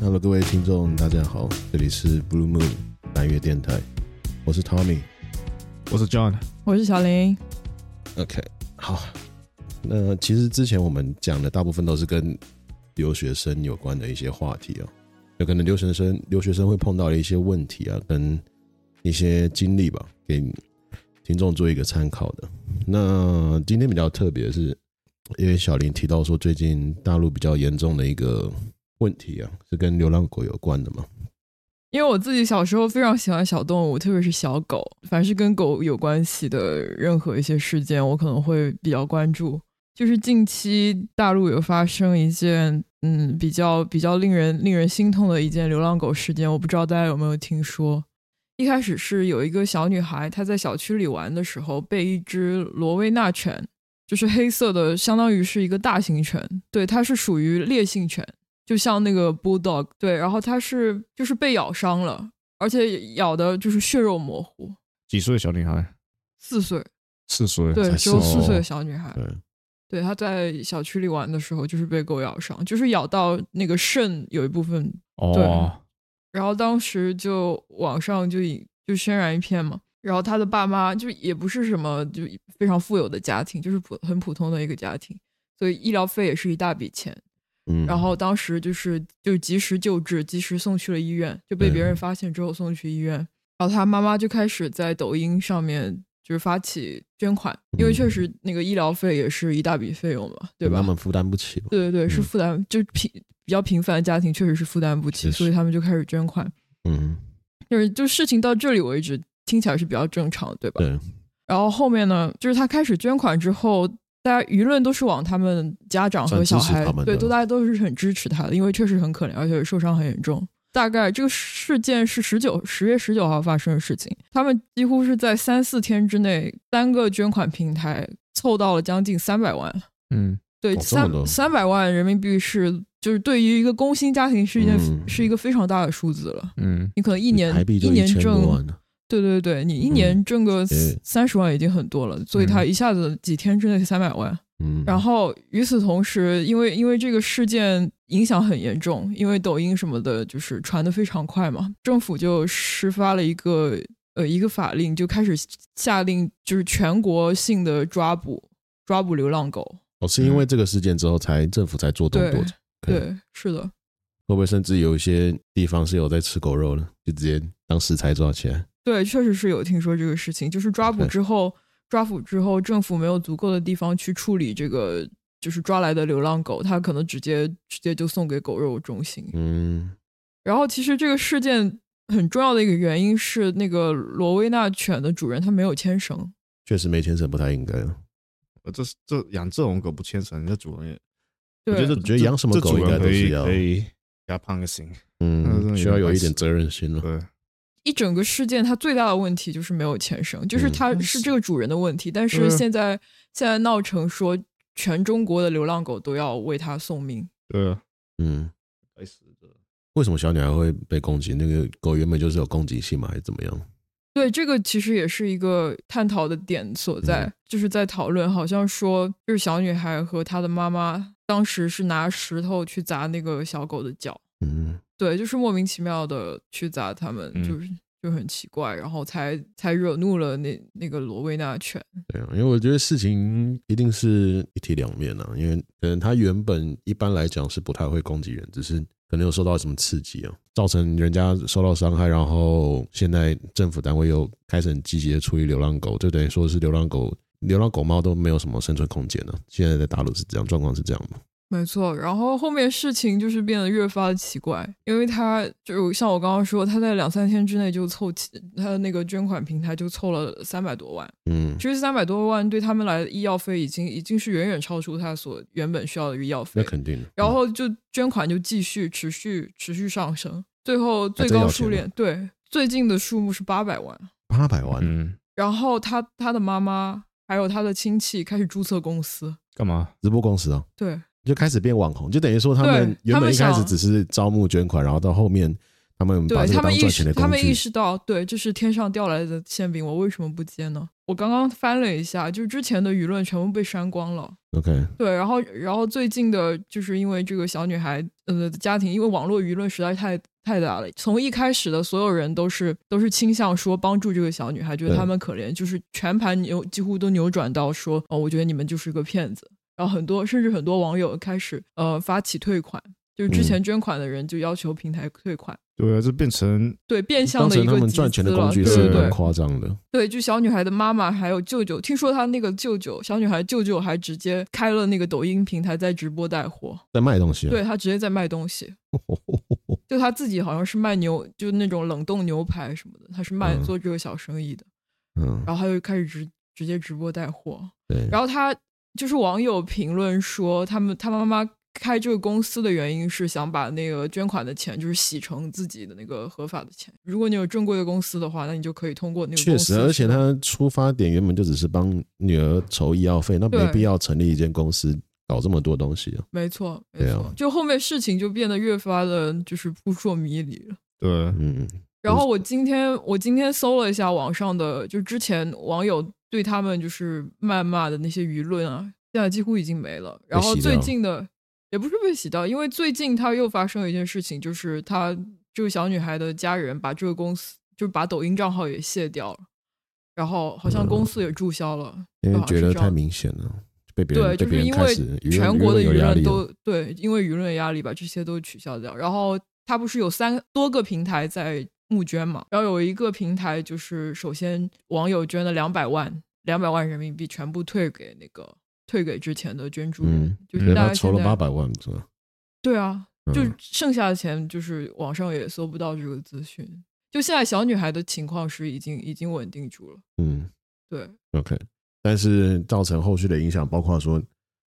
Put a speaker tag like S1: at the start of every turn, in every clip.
S1: Hello，各位听众，大家好，这里是 Blue Moon 蓝月电台，我是 Tommy。
S2: 我是 John，
S3: 我是小林。
S1: OK，好，那其实之前我们讲的大部分都是跟留学生有关的一些话题哦，有可能留学生留学生会碰到的一些问题啊，跟一些经历吧，给听众做一个参考的。那今天比较特别的是，因为小林提到说最近大陆比较严重的一个问题啊，是跟流浪狗有关的嘛？
S3: 因为我自己小时候非常喜欢小动物，特别是小狗，凡是跟狗有关系的任何一些事件，我可能会比较关注。就是近期大陆有发生一件，嗯，比较比较令人令人心痛的一件流浪狗事件，我不知道大家有没有听说。一开始是有一个小女孩，她在小区里玩的时候，被一只罗威纳犬，就是黑色的，相当于是一个大型犬，对，它是属于烈性犬，就像那个 bulldog，对，然后它是就是被咬伤了，而且咬的就是血肉模糊，
S2: 几岁的小女孩？
S3: 四岁，
S2: 四岁。
S3: 对，
S1: 才
S3: 只有
S1: 四
S3: 四
S1: 岁
S3: 岁的小女孩，
S1: 对，
S3: 对，她在小区里玩的时候就是被狗咬伤，就是咬到那个肾有一部分
S2: 哦
S3: 对，然后当时就网上就以就渲染一片嘛，然后他的爸妈就也不是什么就非常富有的家庭，就是普很普通的一个家庭，所以医疗费也是一大笔钱。
S1: 嗯，
S3: 然后当时就是就及时救治，及时送去了医院，就被别人
S1: 嗯
S3: 发现之后送去医院。然后他妈妈就开始在抖音上面就是发起捐款，因为确
S1: 嗯
S3: 实那个医疗费也是一大笔费用嘛，
S1: 对
S3: 对吧？
S1: 他们负担不起嘛，
S3: 对对对，是
S1: 嗯
S3: 负担，就平比较平凡的家庭确实是负担不起，
S1: 确
S3: 所以
S1: 实
S3: 他们就开始捐款。
S1: 嗯，
S3: 就是就事情到这里为止，听起来是比较正常，对吧？
S1: 对，
S3: 然后后面呢，就是他开始捐款之后，大家舆论都是往他们家长和小
S1: 算支持
S3: 孩
S1: 他们，的
S3: 对，都大家都是很支持他的，因为确实很可怜，而且受伤很严重。大概这个事件是十九十月十九号发生的事情，他们几乎是在三四天之内，单个捐款平台凑到了将近三百万。
S2: 嗯，
S3: 对，
S1: 哦这么
S3: 三
S1: 多
S3: 三百万人民币是就是对于一个工薪家庭是一件、
S1: 嗯
S3: 是一个非常大的数字了。
S2: 嗯，
S3: 你可能一年
S1: 台币
S3: 一
S1: 就
S3: 年
S1: 1000多
S3: 挣
S1: 万了，
S3: 对对对，你一
S1: 嗯
S3: 年挣个
S1: 对
S3: 三十万已经很多了，所以他一下子几天之内三百万。
S1: 嗯，
S3: 然后与此同时，因为因为这个事件影响很严重，因为抖音什么的，就是传的非常快嘛，政府就施发了一个呃一个法令，就开始下令就是全国性的抓捕抓捕流浪狗。
S1: 哦，是因为这个事件之后才政府才做动
S3: 对
S1: 作，对
S3: 对，是的，
S1: 会不会甚至有一些地方是有在吃狗肉呢？就直接当食材抓起来？
S3: 对，确实是有听说这个事情，就是抓捕
S1: 对
S3: 之后，抓捕之后，政府没有足够的地方去处理这个，就是抓来的流浪狗，它可能直接直接就送给狗肉中心。
S1: 嗯，
S3: 然后其实这个事件很重要的一个原因是，那个罗威纳犬的主人他没有牵绳，
S1: 确实没牵绳不太应该了。
S2: 呃这这养这种狗不牵绳，这主人也，
S3: 对，
S2: 我觉得
S1: 我觉得养什么
S2: 这
S1: 狗
S2: 主
S1: 应该
S2: 人
S1: 都
S2: 可以
S1: 是要
S2: 可以给它判个刑，那真
S1: 嗯，
S2: 的
S1: 需
S2: 有
S1: 要
S2: 点
S1: 有
S2: 白
S1: 一
S2: 痴
S1: 点责任心了。
S2: 对，
S3: 一整个事件，它最大的问题就是没有牵绳，就是
S1: 嗯
S3: 它是这个主人的问题。但是
S2: 嗯
S3: 现在、现在闹成说，全中国的流浪狗都要为它送命。
S2: 对啊，
S1: 嗯，
S2: 该死的，
S1: 为什么小女孩会被攻击？那个狗原本就是有攻击性嘛，还是怎么样？
S3: 对，这个其实也是一个探讨的点所在，
S1: 嗯
S3: 就是在讨论，好像说就是小女孩和她的妈妈当时是拿石头去砸那个小狗的脚，
S1: 嗯，
S3: 对，就是莫名其妙的去砸他们，
S2: 嗯
S3: 就是就很奇怪，然后才才惹怒了那那个罗威纳犬。
S1: 对啊，因为我觉得事情一定是一体两面啊。因为可能它原本一般来讲是不太会攻击人，只是可能有受到什么刺激啊，造成人家受到伤害，然后现在政府单位又开始很积极的处理流浪狗，就等于说是流浪狗、流浪狗猫都没有什么生存空间了、现在在大陆是这样，状况是这样嘛？
S3: 没错，然后后面事情就是变得越发的奇怪，因为他就像我刚刚说，他在两三天之内就凑齐他的那个捐款平台就凑了三百多万，
S1: 嗯，
S3: 其实三百多万对他们来的医药费已经已经是远远超出他所原本需要的医药
S1: 那
S3: 费，
S1: 肯定的。嗯
S3: 然后就捐款就继续持续持续上升，最后最
S1: 真要
S3: 高
S1: 钱
S3: 数量对最近的数目是八百万，
S1: 八百万，
S2: 嗯，
S3: 然后他他的妈妈还有他的亲戚开始注册公司，
S2: 干嘛？
S1: 直播公司啊，
S3: 对
S1: 就开始变网红，就等于说他们
S3: 对
S1: 原
S3: 他
S1: 本
S3: 们
S1: 一开始
S3: 想
S1: 只是招募捐款，然后到后面他们把
S3: 对
S1: 这
S3: 他
S1: 个当
S3: 们意
S1: 赚钱
S3: 识，
S1: 的
S3: 他
S1: 工
S3: 们意
S1: 具。
S3: 识到，对，这是天上掉来的馅饼，我为什么不接呢？我刚刚翻了一下，就是之前的舆论全部被删光了。
S1: OK，
S3: 对，然后然后最近的就是因为这个小女孩呃家庭，因为网络舆论实在太太大了，从一开始的所有人都是都是倾向说帮助这个小女孩，觉得
S1: 对
S3: 她们可怜，就是全盘扭几乎都扭转到说哦，我觉得你们就是个骗子。然后很多甚至很多网友开始呃发起退款，就是
S1: 嗯
S3: 之前捐款的人就要求平台退款。
S2: 对啊，这变成
S3: 对，变相
S1: 当
S3: 的一
S1: 成
S3: 个
S1: 他们
S3: 集
S1: 赚钱的
S3: 资了
S1: 工具
S3: 对
S1: 是
S3: 对对
S1: 蛮夸张的。
S3: 对，就小女孩的妈妈还有舅舅，听说她那个舅舅，小女孩舅舅还直接开了那个抖音平台在直播带货，
S1: 在卖东西、啊，
S3: 对他直接在卖 东西，就他自己好像是卖牛，就那种冷冻牛排什么的，他是卖
S1: 嗯
S3: 做这个小生意的，
S1: 嗯，
S3: 然后他就开始直直接直播带货，
S1: 对，
S3: 然后他就是网友评论说，他们他妈妈开这个公司的原因是想把那个捐款的钱就是洗成自己的那个合法的钱。如果你有正规的公司的话，那你就可以通过那个
S1: 确
S3: 公司
S1: 实，而且
S3: 去
S1: 他出发点原本就只是帮女儿筹医药费，那没
S3: 对
S1: 必要成立一间公司搞这么多东西啊。
S3: 没错没
S1: 对啊
S3: 错，就后面事情就变得越发的就是扑朔迷离了。
S2: 对
S1: 嗯，
S3: 然后我今天我今天搜了一下网上的，就之前网友对他们就是谩骂的那些舆论啊，现在几乎已经没了。然后
S1: 洗掉
S3: 最近的也不是被洗掉，因为最近他又发生了一件事情，就是他这个小女孩的家人把这个公司就是把抖音账号也卸掉了，然后好
S1: 嗯
S3: 像公司也注销了。
S1: 因为
S3: 正好
S1: 觉
S3: 是
S1: 得
S3: 这
S1: 太
S3: 样
S1: 明显了，被别人被
S3: 对，就是
S1: 别人
S3: 因
S1: 开
S3: 为
S1: 始舆论
S3: 全国的
S1: 舆
S3: 舆
S1: 论有压
S3: 论
S1: 力了
S3: 都对，因为舆论压力把这些都取消掉。然后它不是有三多个平台在募捐嘛？然后有一个平台就是首先网友捐了两百万，两百万人民币全部退给那个退给之前的捐助人，
S1: 嗯，
S3: 就
S1: 因为
S3: 是大
S1: 他
S3: 家
S1: 筹
S3: 现
S1: 了
S3: 在
S1: 八百万是吧？
S3: 对啊，
S1: 嗯
S3: 就剩下的钱就是网上也搜不到这个资讯。就现在小女孩的情况是已经已经稳定住了，
S1: 嗯
S3: 对，
S1: ，OK，但是造成后续的影响，包括说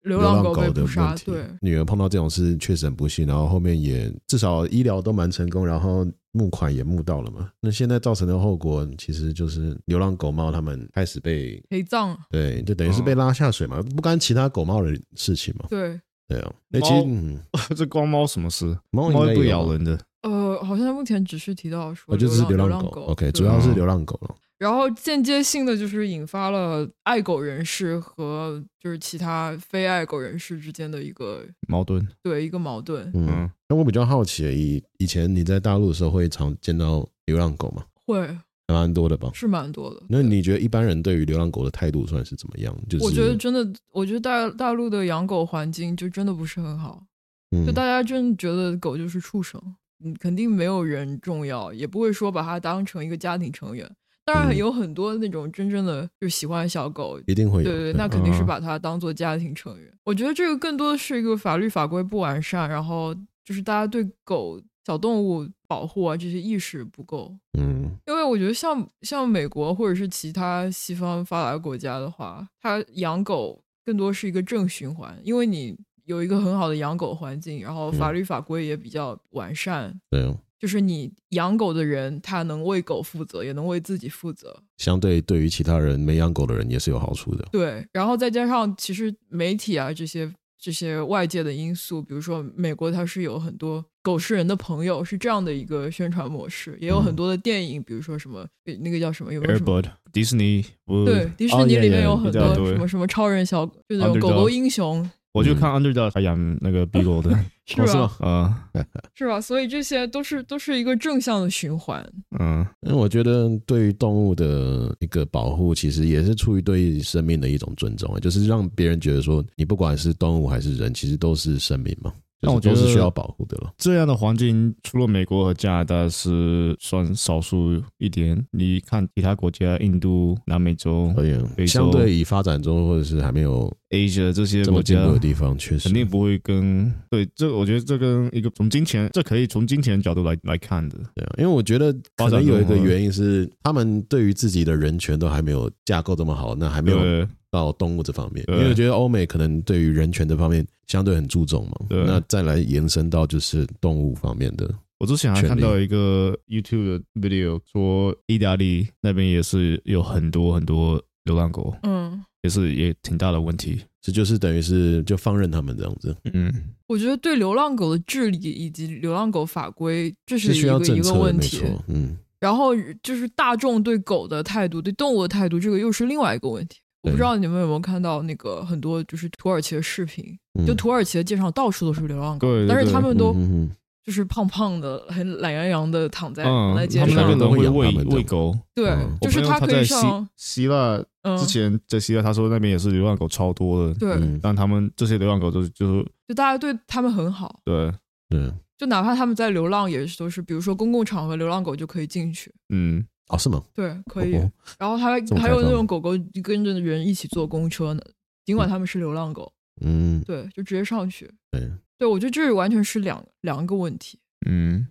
S3: 流
S1: 流
S3: 浪
S1: 浪
S3: 狗被
S1: 的
S3: 捕杀
S1: 问，题
S3: 对，，
S1: 女儿碰到这种事确实很不幸，然后后面也至少医疗都蛮成功，然后募款也募到了嘛。那现在造成的后果其实就是流浪狗猫它们开始被
S3: 陪葬，
S1: 对，就等于是
S3: 哦
S1: 被拉下水嘛，不干其他狗猫的事情嘛。
S3: 对，
S1: 对啊，那其实
S2: 猫
S1: 嗯
S2: 这关猫什么事？
S1: 猫
S2: 猫
S1: 应该
S2: 又不
S1: 有啊
S2: 咬
S1: 吧，
S2: 人的，
S3: 呃，好像目前只是提到说
S1: 我哦就是
S3: 流
S1: 浪
S3: 浪
S1: 狗
S3: 狗。
S1: OK，
S3: 对
S1: 主要是流浪狗了。
S3: 然后间接性的就是引发了爱狗人士和就是其他非爱狗人士之间的一个
S2: 矛盾。
S3: 对一个矛盾。
S1: 嗯，
S2: 嗯，
S1: 那我比较好奇，以以前你在大陆的时候会常见到流浪狗吗？
S3: 会
S1: 还蛮多的吧？
S3: 是蛮多的。
S1: 那
S3: 对
S1: 你觉得一般人对于流浪狗的态度算是怎么样？就是
S3: 我觉得真的，我觉得大大陆的养狗环境就真的不是很好，
S1: 嗯
S3: 就大家真的觉得狗就是畜生，嗯，肯定没有人重要，也不会说把它当成一个家庭成员。当然
S1: 嗯
S3: 有很多那种真正的就喜欢小狗，
S1: 一定会有。
S3: 对对，那肯定是
S2: 嗯
S3: 把它当做家庭成员。我觉得这个更多的是一个法律法规不完善，然后就是大家对狗、小动物保护啊这些意识不够。
S1: 嗯，
S3: 因为我觉得像像美国或者是其他西方发达国家的话，它养狗更多是一个正循环，因为你有一个很好的养狗环境，然后法
S1: 嗯
S3: 律法规也比较完善，
S1: 对哦，
S3: 就是你养狗的人他能为狗负责，也能为自己负责。
S1: 相对对于其他人没养狗的人也是有好处的。
S3: 对，然后再加上其实媒体啊这些这些外界的因素，比如说美国它是有很多狗是人的朋友是这样的一个宣传模式，也有很
S1: 嗯
S3: 多的电影，比如说什么呃那个叫什么有没有什么？
S2: Airbud Disney，我
S3: 对，迪士
S1: 哦
S3: 尼
S1: ，yeah，
S3: 里面
S1: yeah，
S3: 有
S2: 比
S3: 很
S2: 较
S3: 多
S2: 多
S3: 什么什么超人小，就那种
S2: Underdog
S3: 狗狗英雄，
S2: 啊我
S1: 嗯
S2: 就看 Underdog 他养那个 Beagle 的，
S3: 是吧？
S2: 啊，
S3: 是吧？所以这些都是都是一个正向的循环。
S2: 嗯，
S1: 因为我觉得对于动物的一个保护，其实也是出于对生命的一种尊重，啊就是让别人觉得说，你不管是动物还是人，其实都是生命嘛，
S2: 那我
S1: 就是都
S2: 觉得
S1: 是需要保护的了。
S2: 这样的环境除了美国和加拿大是算少数一点，你看其他国家，印度、南美洲、
S1: 而
S2: 嗯非
S1: 且，
S2: 洲
S1: 相对已发展中或者是还没有
S2: Asia 这些
S1: 这
S2: 国
S1: 么进
S2: 家
S1: 步。的地方，确实
S2: 肯定不会跟对这，我觉得这跟一个从金钱，这可以从金钱角度来来看的。
S1: 对啊，因为我觉得可能有一个原因是，他们对于自己的人权都还没有架构这么好，那还没有
S2: 对
S1: 到动物这方面，因
S2: 对
S1: 为我觉得欧美可能对于人权这方面相对很注重嘛。
S2: 对
S1: 那再来延伸到就是动物方面的，
S2: 我之前还
S1: 权
S2: 看
S1: 利
S2: 到一个 YouTube 的 video，说意大利那边也是有很多很多流浪狗，
S3: 嗯，
S2: 也是也挺大的问题。
S1: 这就是等于是就放任他们这样子。
S2: 嗯，
S3: 我觉得对流浪狗的治理以及流浪狗法规，这
S1: 是
S3: 一
S1: 需要
S3: 个
S1: 政
S3: 一个
S1: 策的，
S3: 问
S1: 没
S3: 题。
S1: 错，嗯，
S3: 然后就是大众对狗的态度、对动物的态度，这个又是另外一个问题。我不知
S1: 对
S3: 道你们有没有看到那个很多就是土耳其的视频，
S1: 嗯
S3: 就土耳其的街上到处都是流浪狗，
S2: 对，对
S3: 但是
S2: 对
S3: 他们都
S1: 嗯嗯
S3: 就是胖胖的，很懒洋洋的躺在、
S2: 嗯
S3: 躺，在
S2: 他
S3: 街
S2: 们那
S3: 上
S2: 边。都
S1: 会
S2: 会
S1: 养
S2: 喂
S1: 他们的
S2: 喂狗，
S3: 对
S1: 嗯，
S2: 我
S3: 就是
S2: 朋友他
S3: 可以
S2: 在希
S3: 上，
S2: 希腊
S3: 嗯，
S2: 之前在希腊，他说那边也是流浪狗超多的，
S3: 对，
S1: 嗯，
S2: 但他们这些流浪狗都是就是
S3: 就大家对他们很好，
S2: 对，
S1: 对，
S3: 就哪怕他们在流浪，也是都是，比如说公共场合流浪狗就可以进去，
S2: 嗯，
S1: 哦，是吗？
S3: 对，可以。
S1: 哦
S3: 然后还
S1: 这么
S3: 还
S1: 开
S3: 有那
S1: 放
S3: 种狗狗跟着人一起坐公车呢，尽管他们是流浪狗，
S1: 嗯，
S3: 对，就直接上去。
S1: 对，
S3: 对，我觉得这完全是两两个问题。
S2: 嗯，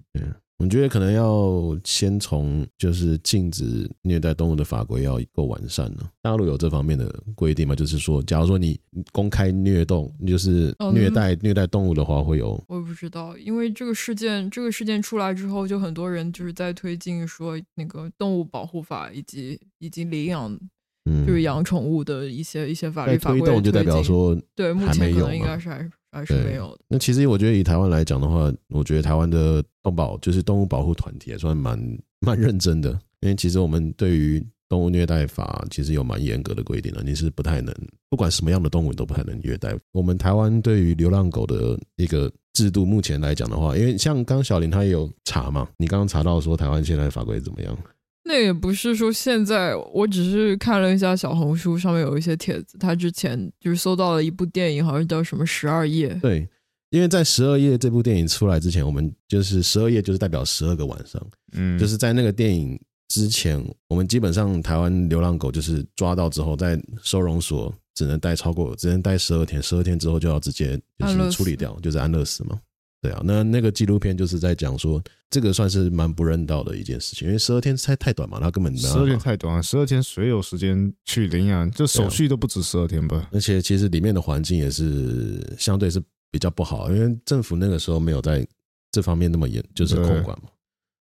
S1: 我觉得可能要先从就是禁止虐待动物的法规要够完善呢、大陆有这方面的规定吗？就是说，假如说你公开虐动，就是
S3: 嗯
S1: 虐待、虐待动物的话，会有
S3: 我也不知道，因为这个事件，这个事件出来之后，就很多人就是在推进说那个动物保护法以及以及领养，
S1: 嗯，
S3: 就是养宠物的一些一些法
S1: 在
S3: 律法
S1: 推
S3: 规的
S1: 动，就代表
S3: 推进
S1: 说
S3: 对，目
S1: 还
S3: 前
S1: 没
S3: 可
S1: 有
S3: 能应
S1: 嘛
S3: 该是还是还是
S1: 对
S3: 没有的。
S1: 那其实我觉得以台湾来讲的话，我觉得台湾的动保就是动物保护团体也算蛮蛮认真的，因为其实我们对于动物虐待法其实有蛮严格的规定的，你是不太能不管什么样的动物你都不太能虐待。我们台湾对于流浪狗的一个制度，目前来讲的话，因为像刚刚小林他也有查嘛，你刚刚查到说台湾现在的法规怎么样？
S3: 那也不是说现在，我只是看了一下小红书上面有一些帖子，他之前就是搜到了一部电影，好像叫什么《十二夜》。
S1: 对，因为在《十二夜》这部电影出来之前，我们就是十二夜就是代表十二个晚上。
S2: 嗯，
S1: 就是在那个电影之前，我们基本上台湾流浪狗就是抓到之后，在收容所只能待超过，只能待十二天，十二天之后就要直接就
S3: 安乐
S1: 是
S3: 死
S1: 处理掉，就是安乐死嘛。对啊，那那个纪录片就是在讲说，这个算是蛮不人道的一件事情，因为十二天太太短嘛，他根本没办
S2: 十
S1: 法
S2: 二天太短了，啊十二天谁有时间去领养？这手续都不止十二天吧？
S1: 而且其实里面的环境也是相对是比较不好，因为政府那个时候没有在这方面那么严，就是控管嘛。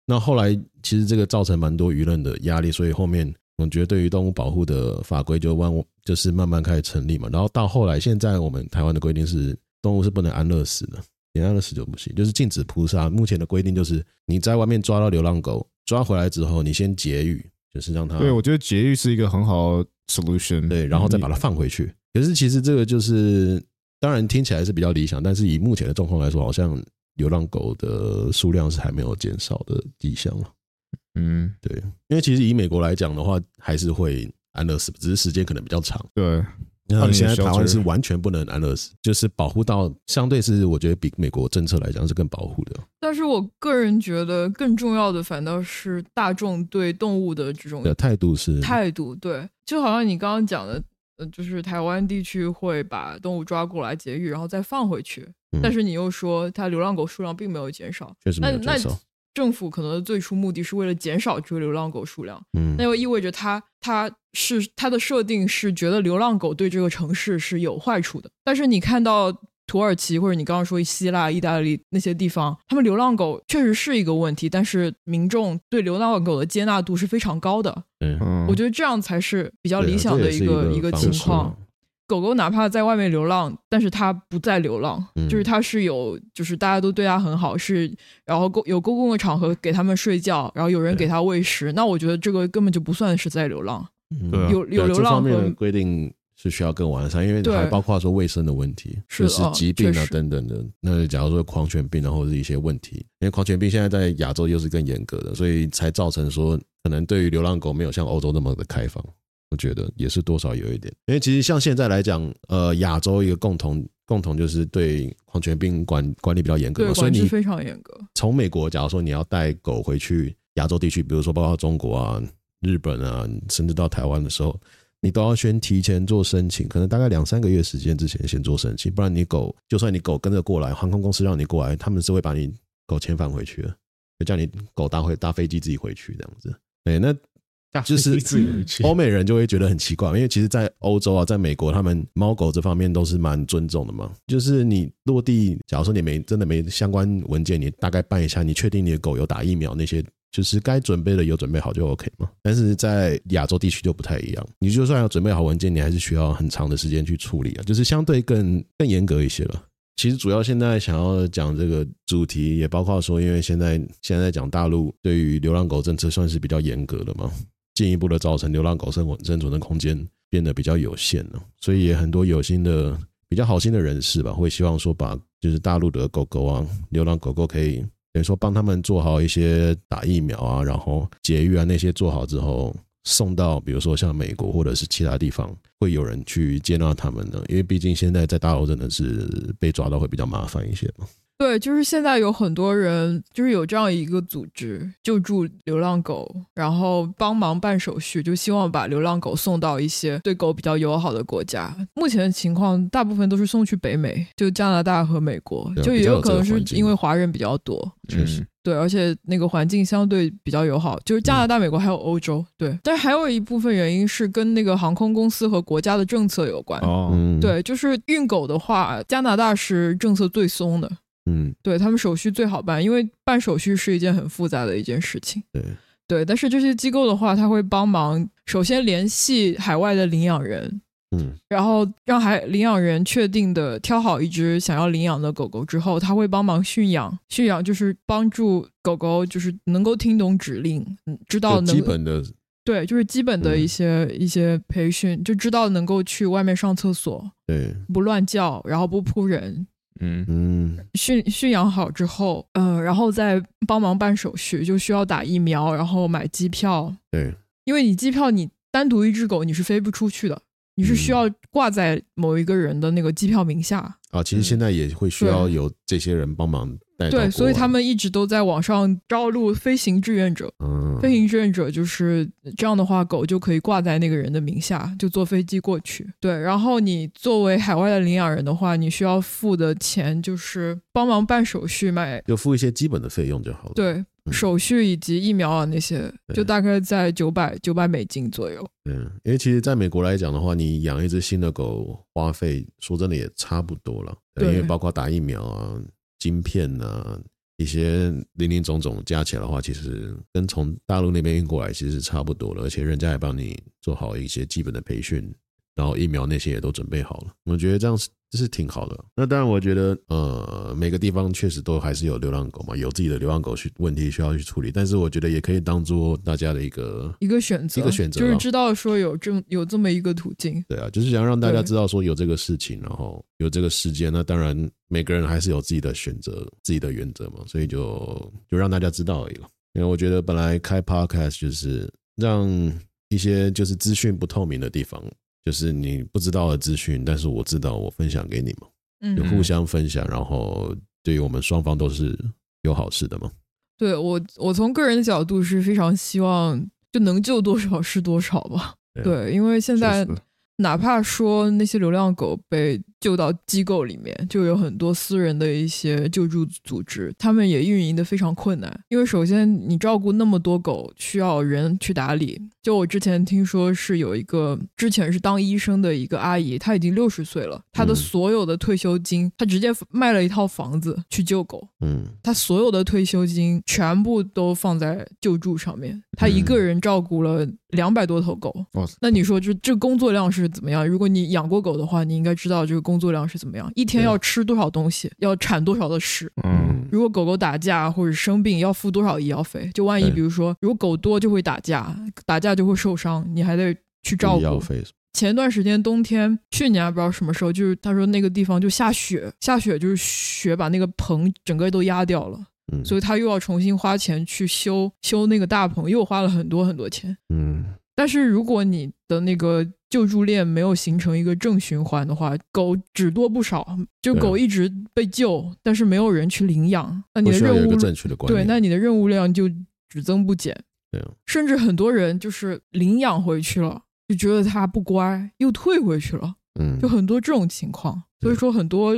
S1: 那后来其实这个造成蛮多舆论的压力，所以后面我觉得对于动物保护的法规就慢就是慢慢开始成立嘛。然后到后来，现在我们台湾的规定是动物是不能安乐死的，连安乐死就不行，就是禁止扑杀。目前的规定就是你在外面抓到流浪狗，抓回来之后你先绝育，就是让它
S2: 对，我觉得绝育是一个很好的 solution。
S1: 啊对，然后再把它
S2: 你
S1: 放回去。可是其实这个就是，当然听起来是比较理想，但是以目前的状况来说，好像流浪狗的数量是还没有减少的迹象了。
S2: 嗯，
S1: 对，因为其实以美国来讲的话，还是会安乐死，只是时间可能比较长。
S2: 对，
S1: 那
S2: 你的
S1: 现在台湾
S2: shelter
S1: 是完全不能安乐死，就是保护到相对是我觉得比美国政策来讲是更保护的
S3: 但是我个人觉得更重要的反倒是大众对动物的这种
S1: 的态度是
S3: 态度，对，就好像你刚刚讲的，呃，就是台湾地区会把动物抓过来绝育，然后再放回去，
S1: 嗯
S3: 但是你又说它流浪狗数量并没有减少，
S1: 确实没有
S3: 那
S1: 减少。
S3: 政府可能的最初目的是为了减少这个流浪狗数量，
S1: 嗯
S3: 那，又意味着它它是它的设定是觉得流浪狗对这个城市是有坏处的，但是你看到。土耳其或者你刚刚说希腊、意大利那些地方，他们流浪狗确实是一个问题，但是民众对流浪狗的接纳度是非常高的。
S1: 对，
S2: 嗯，
S3: 我觉得这样才是比较
S1: 对啊
S3: 理想
S1: 这
S3: 的
S1: 也
S3: 一
S1: 是
S3: 个
S1: 一
S3: 一
S1: 个
S3: 个
S1: 方
S3: 情
S1: 式啊
S3: 况。狗狗哪怕在外面流浪，但是它不再流浪，
S1: 嗯
S3: 就是它是有，就是大家都对它很好，是然后公有公共的场合给它们睡觉，然后有人
S1: 对
S3: 给它喂食，那我觉得这个根本就不算是在流浪。
S1: 嗯
S2: 对啊
S3: 有
S1: 对
S3: 有流
S1: 这方
S3: 浪
S1: 面的
S3: 和
S1: 规定是需要更完善，因为
S3: 对
S1: 还包括说卫生的问题，
S3: 是
S1: 就是
S3: 哦
S1: 疾病
S3: 确
S1: 啊
S3: 实
S1: 等等的。那假如说狂犬病啊，或者是一些问题，因为狂犬病现在在亚洲又是更严格的，所以才造成说可能对于流浪狗没有像欧洲那么的开放。我觉得也是多少有一点，因为其实像现在来讲，呃，亚洲一个共同共同就是对狂犬病管管理比较严格
S3: 对
S1: 嘛，，所以
S3: 管制
S1: 你
S3: 非常严格。
S1: 从美国，假如说你要带狗回去亚洲地区，比如说包括中国啊、日本啊，甚至到台湾的时候，你都要先提前做申请，可能大概两三个月时间之前先做申请，不然你狗就算你狗跟着过来，航空公司让你过来，他们是会把你狗遣返回去的，就叫你狗搭回搭飞机自己回去这样子。对，那就是哦
S2: 自己回去
S1: 欧美人就会觉得很奇怪，因为其实，在欧洲啊，在美国，他们猫狗这方面都是蛮尊重的嘛。就是你落地，假如说你没真的没相关文件，你大概办一下，你确定你的狗有打疫苗那些就是该准备的有准备好就 OK 嘛。但是在亚洲地区就不太一样，你就算有准备好文件，你还是需要很长的时间去处理啊，就是相对更更严格一些了。其实主要现在想要讲这个主题，也包括说，因为现在现在讲大陆对于流浪狗政策算是比较严格的嘛，进一步的造成流浪狗生活生存的空间变得比较有限了，所以也很多有心的比较好心的人士吧，会希望说把就是大陆的狗狗啊，流浪狗狗可以等于说帮他们做好一些打疫苗啊，然后节育啊那些做好之后，送到比如说像美国或者是其他地方，会有人去接纳他们的，因为毕竟现在在大陆真的是被抓到会比较麻烦一些嘛。
S3: 对，就是现在有很多人，就是有这样一个组织救助流浪狗，然后帮忙办手续，就希望把流浪狗送到一些对狗比较友好的国家。目前的情况，大部分都是送去北美，就加拿大和美国，
S1: 对啊
S3: 就
S1: 比
S3: 也
S1: 较有
S3: 有可能
S1: 这个
S3: 是
S1: 环境
S3: 因为华人比较多。
S2: 确实
S3: 对，而且那个环境相对比较友好，就是加
S1: 嗯
S3: 拿大、美国还有欧洲。对，但是还有一部分原因是跟那个航空公司和国家的政策有关。
S2: 哦，
S1: 嗯，，
S3: 对，就是运狗的话，加拿大是政策最松的，
S1: 嗯，
S3: 对他们手续最好办，因为办手续是一件很复杂的一件事情。
S1: 对，
S3: 对，但是这些机构的话，他会帮忙首先联系海外的领养人，
S1: 嗯，
S3: 然后让海领养人确定的挑好一只想要领养的狗狗之后，他会帮忙驯养，驯养就是帮助狗狗就是能够听懂指令，嗯，知道
S1: 就
S3: 能
S1: 基本的，
S3: 对，就是基本的
S1: 嗯
S3: 一些、一些培训，就知道能够去外面上厕所，
S1: 对，
S3: 不乱叫，然后不扑人，
S2: 嗯，
S1: 嗯，
S3: 驯驯养好之后，嗯、然后再帮忙办手续，就需要打疫苗，然后买机票，
S1: 对，
S3: 因为你机票你单独一只狗你是飞不出去的，你是
S1: 嗯
S3: 需要挂在某一个人的那个机票名下，
S1: 啊，其实
S2: 嗯
S1: 现在也会需
S3: 对
S1: 要有这些人帮忙带到
S3: 对，
S1: 国
S3: 所以
S1: 外
S3: 他，们一直都在网上招录飞行志愿者，
S1: 嗯，
S3: 飞行志愿者就是这样的话，狗就可以挂在那个人的名下，就坐飞机过去。对，然后你作为海外的领养人的话，你需要付的钱就是帮忙办手续、买
S1: 就付一些基本的费用就好了。
S3: 对
S1: 嗯
S3: 手续以及疫苗啊那些，
S1: 对
S3: 就大概在九百九百美金左右。
S1: 嗯，因为其实在美国来讲的话，你养一只新的狗花费，说真的也差不多了，
S3: 对
S1: 因为包括打疫苗啊、晶片啊一些零零总总加起来的话，其实跟从大陆那边运过来其实是差不多了，而且人家也帮你做好一些基本的培训，然后疫苗那些也都准备好了，我觉得这样是这是挺好的。那当然，我觉得呃，每个地方确实都还是有流浪狗嘛，有自己的流浪狗需问题需要去处理，但是我觉得也可以当做大家的一个
S3: 一个选择，
S1: 一个选择
S3: 就是
S1: 啊
S3: 知道说有这有这么一个途径，
S1: 对啊，就是想让大家
S3: 对
S1: 知道说有这个事情，然后有这个事件。那当然，每个人还是有自己的选择、自己的原则嘛，所以就就让大家知道而已了。因为我觉得本来开 podcast 就是让一些就是资讯不透明的地方，就是你不知道的资讯，但是我知道，我分享给你嘛，就
S3: 嗯，
S1: 互相分享，然后对于我们双方都是有好事的嘛。
S3: 对我我从个人的角度是非常希望就能救多少是多少吧。
S1: 对啊
S3: 对，因为现在
S2: 确实
S3: 哪怕说那些流浪狗被救到机构里面，就有很多私人的一些救助组织，他们也运营的非常困难。因为首先你照顾那么多狗，需要人去打理。就我之前听说是有一个之前是当医生的一个阿姨，她已经六十岁了，她的
S1: 嗯
S3: 所有的退休金，她直接卖了一套房子去救狗。
S1: 嗯，
S3: 她所有的退休金全部都放在救助上面，她一个人照顾了两百多头狗。
S2: 哇塞，
S3: 那你说这这工作量是怎么样？如果你养过狗的话，你应该知道这个工作量是怎么样，一天
S1: 对啊
S3: 要吃多少东西，要产多少的屎。
S2: 嗯，
S3: 如果狗狗打架或者生病，要付多少医药费？就万一
S1: 对
S3: 比如说，如果狗多就会打架，打架就会受伤，你还得去照
S1: 医药
S3: 顾。
S1: 费什
S3: 前段时间冬天，去年还不知道什么时候，就是他说那个地方就下雪，下雪就是雪把那个棚整个都压掉了，
S1: 么，嗯，
S3: 所以他又要重新花钱去修修那个大棚，又花了很多很多钱。
S1: 嗯，
S3: 但是如果你的那个救助链没有形成一个正循环的话，狗只多不少，就
S1: 对啊
S3: 狗一直被救，但是没有人去领养，那你
S1: 不
S3: 的
S1: 需要
S3: 任
S1: 有一
S3: 务
S1: 个正确的观
S3: 对，
S1: 念。
S3: 那你的任务量就只增不减。
S1: 对啊
S3: 甚至很多人就是领养回去了，就觉得它不乖，又退回去了，
S1: 嗯，
S3: 就很多这种情况。
S1: 对
S3: 所以说，很多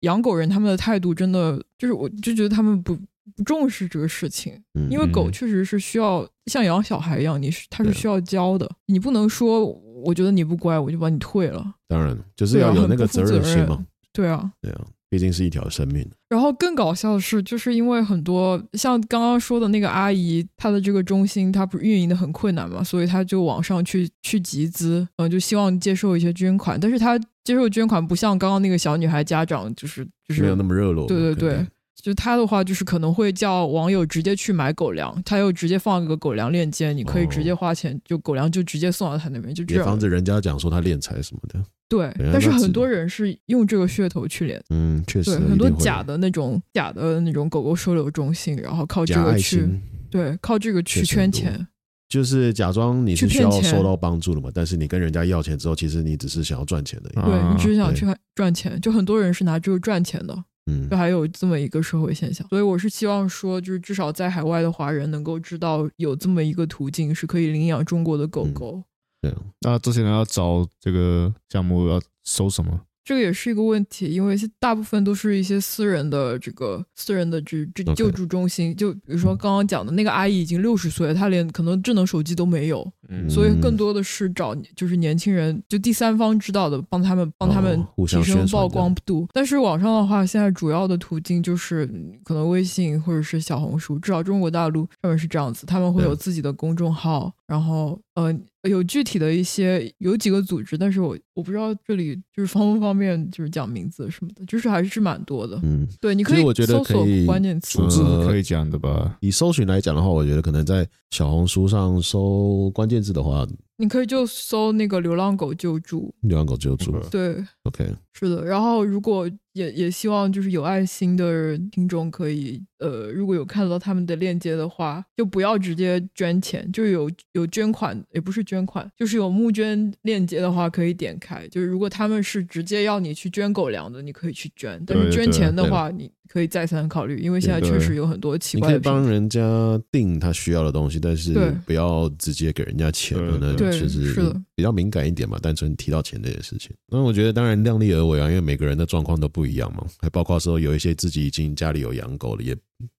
S3: 养狗人他们的态度真的就是，我就觉得他们不不重视这个事情。
S1: 嗯
S3: 因为狗
S2: 嗯
S3: 确实是需要像养小孩一样，你是它是
S1: 对
S3: 需要教的，你不能说我觉得你不乖，我就把你退了。
S1: 当然就是要
S3: 对啊
S1: 有那个
S3: 很不负
S1: 责任
S3: 责
S1: 心
S3: 任
S1: 嘛。
S3: 对啊，
S1: 对啊，毕竟是一条生命。
S3: 然后更搞笑的是，就是因为很多像刚刚说的那个阿姨，她的这个中心，她不是运营的很困难嘛，所以她就往上去去集资，嗯，就希望接受一些捐款。但是她接受捐款不像刚刚那个小女孩家长，就是就是
S1: 没有那么热络。
S3: 对对
S1: 可能
S3: 对，就他的话，就是可能会叫网友直接去买狗粮，他又直接放一个狗粮链接，你可以直接花钱，就狗粮就直接送到他那边，就这
S1: 也
S3: 样
S1: 防。止人家讲说他敛财什么的。
S3: 对
S1: 人，家
S3: 但是
S1: 那自
S3: 很多人是用这个噱头去连，
S1: 嗯，确实
S3: 对，很多
S1: 一定会
S3: 假的那种假的那种狗狗收留中心，然后靠这
S1: 假
S3: 个
S1: 爱
S3: 去，
S1: 心，
S3: 对，靠这个去
S1: 确实
S3: 圈
S1: 很多
S3: 钱。
S1: 就是假装你是
S3: 去
S1: 需
S3: 骗
S1: 要
S3: 钱
S1: 受到帮助的嘛，但是你跟人家要钱之后，其实你只是想要赚钱的。
S2: 啊
S3: 对你只是想
S1: 对
S3: 去赚钱，就很多人是拿这个赚钱的，
S1: 嗯
S3: 就，还有这么一个社会现象。所以我是希望说，就是至少在海外的华人能够知道有这么一个途径是可以领养中国的狗
S1: 嗯
S3: 狗。
S1: 对，
S2: 那这些人要找这个项目要收什么？
S3: 这个也是一个问题，因为是大部分都是一些私人的这个私人的这这
S1: OK
S3: 救助中心就比如说刚刚讲的那个阿姨已经六十岁了，她连可能智能手机都没有，
S2: 嗯
S3: 所以
S1: 嗯
S3: 更多的是找就是年轻人，就第三方知道的，帮他们帮他们
S1: 哦互相
S3: 提升
S1: 宣传
S3: 曝
S1: 的
S3: 光度。但是网上的话，现在主要的途径就是嗯可能微信或者是小红书，至少中国大陆上面是这样子，他们会
S1: 对
S3: 有自己的公众号，然后呃有具体的一些有几个组织，但是我我不知道这里就是方不方便就是讲名字什么的，就是还是蛮多的。
S1: 嗯，
S3: 对，你
S1: 其实
S3: 可以
S1: 我觉得
S3: 搜索
S1: 可以
S3: 关键词
S1: 组。
S2: 组
S1: 织
S2: 织
S1: 是
S2: 是
S1: 可
S2: 嗯可以讲的吧？
S1: 以搜寻来讲的话，我觉得可能在小红书上搜关键字的话，
S3: 你可以就搜那个流浪狗救助，
S1: 流浪狗救助。
S2: 嗯
S3: 对，
S1: OK，
S3: 是的，然后如果也也希望就是有爱心的听众可以，呃，如果有看到他们的链接的话，就不要直接捐钱，就是有有捐款，也不是捐款，就是有募捐链接的话可以点开。就是如果他们是直接要你去捐狗粮的，你可以去捐，但是
S2: 对对
S3: 捐钱的
S1: 对
S3: 话，你可以再三考虑，因为现在
S2: 对
S3: 确
S2: 对
S3: 实有很多奇
S1: 你
S3: 怪
S1: 可以
S3: 的平台。
S1: 帮人家定他需要的东西，但是
S3: 对
S1: 不要直接给人家钱，
S2: 对
S1: 可能
S3: 对
S1: 就是
S3: 的
S1: 比较敏感一点嘛。单纯提到钱这件事情，那我觉得当然量力而为啊，因为每个人的状况都不一样嘛，还包括说有一些自己已经家里有养狗了，也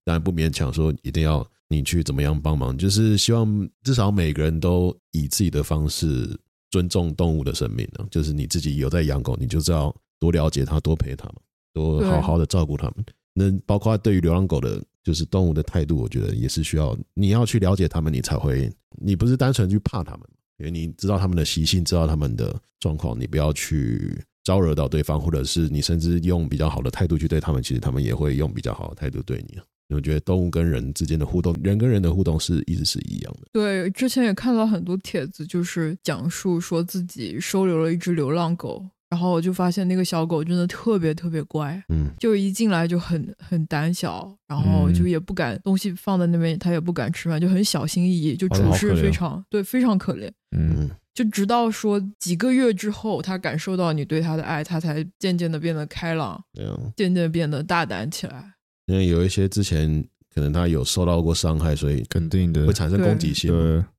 S1: 当然不勉强说一定要你去怎么样帮忙，就是希望至少每个人都以自己的方式尊重动物的生命呢、就是你自己有在养狗，你就知道多了解它，多陪它嘛，多
S3: 对
S1: 好好的照顾它们。那包括对于流浪狗的，就是动物的态度，我觉得也是需要你要去了解它们，你才会，你不是单纯去怕它们，因为你知道它们的习性，知道它们的状况，你不要去招惹到对方，或者是你甚至用比较好的态度去对它们，其实它们也会用比较好的态度对你啊。我觉得动物跟人之间的互动，人跟人的互动是一直是一样的。
S3: 对，之前也看到很多帖子，就是讲述说自己收留了一只流浪狗，然后我就发现那个小狗真的特别特别乖，
S1: 嗯，
S3: 就一进来就很很胆小，然后就也不敢、东西放在那边，它也不敢吃饭，就很小心翼翼，就
S2: 哦
S3: 处
S2: 好
S3: 事
S2: 可怜
S3: 非常、对非常可怜。
S2: 嗯，
S3: 就直到说几个月之后，它感受到你对它的爱，它才渐渐的变得开朗，
S1: 对啊，
S3: 渐渐地变得大胆起来。
S1: 因为有一些之前可能他有受到过伤害，所以
S2: 肯定的
S1: 会，产生攻击性。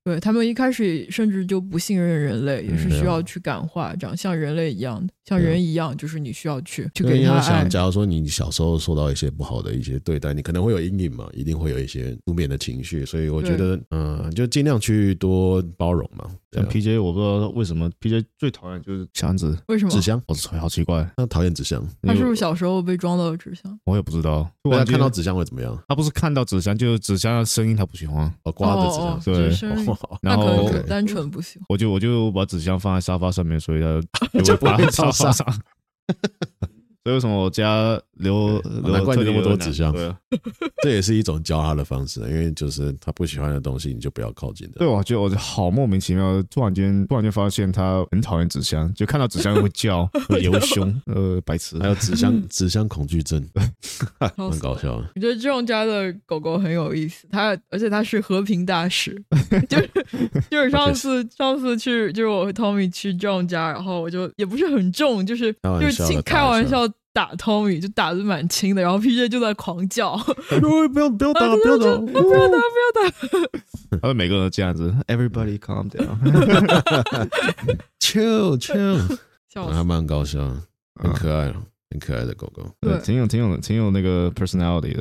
S2: 对，
S3: 对他们一开始甚至就不信任人类，也是
S2: 嗯
S3: 需要去感化，这样像人类一样，像
S1: 啊对啊
S3: 人一样，就是你需要去去
S1: 因为
S3: 给
S1: 你
S3: 他
S1: 要
S3: 爱
S1: 想，。假如说你小时候受到一些不好的一些对待，你可能会有阴影嘛，一定会有一些负面的情绪，所以我觉得，嗯、就尽量去多包容嘛。对
S2: 像
S1: 啊
S2: PJ，我不知道为什么 PJ 最讨厌就是箱子，
S3: 为什么
S1: 纸？箱，
S2: 我操，好奇怪，
S1: 他讨厌纸箱，
S3: 他是
S2: 因
S3: 不
S2: 为
S3: 是小时候被装到了纸箱？
S2: 我也不知道，突
S1: 大家
S2: 然
S1: 看到
S2: 间
S1: 纸箱会怎么样？
S2: 他不是看到纸箱，就是纸箱的声音他不喜欢，
S1: 哦，刮的纸
S3: 哦
S1: 箱，
S3: 哦
S2: 对
S3: 只是
S1: 哇
S3: 那
S2: 然
S3: 可能
S2: 后
S3: 是
S1: OK
S3: 单纯不喜欢。
S2: 我就我就把纸箱放在沙发上面，所以 他
S1: 就
S2: 就
S1: 不会
S2: 把
S1: 到
S2: 沙
S1: 沙
S2: 发上。所以为什么我家留留
S1: 哎难怪你那么多
S2: 特地
S1: 纸
S2: 留
S1: 箱
S2: 对，啊
S1: 这也是一种教他的方式，啊因为就是他不喜欢的东西，你就不要靠近的。
S2: 对，我觉得我好莫名其妙，突然间突然间发现他很讨厌纸箱，就看到纸箱会 叫，会游凶，呃，白痴
S1: 还。有纸 箱，纸箱恐惧症，
S3: 哦
S1: 蛮搞笑的。
S3: 我觉得这种家的狗狗很有意思，它而且它是和平 大使，就是就是上次上次去就是我和 Tommy 去这种家，然后我就也不是很重，就是
S1: 开玩
S3: 就是
S1: 笑地打
S3: 轻
S1: 一
S3: 开玩
S1: 下
S3: 笑打 Tommy 就打的蛮轻的，然后 PJ 就在狂叫，
S1: 不要不要打，不要打，
S3: 不啊要打
S2: 他们每个人都这样子，Everybody calm down，
S1: ，chill chill，
S3: 笑嗯死
S1: 还。蛮搞笑的，很可爱哦，很可爱的狗狗。
S2: 对，
S3: 对
S2: 挺有挺有挺有那个 personality 的，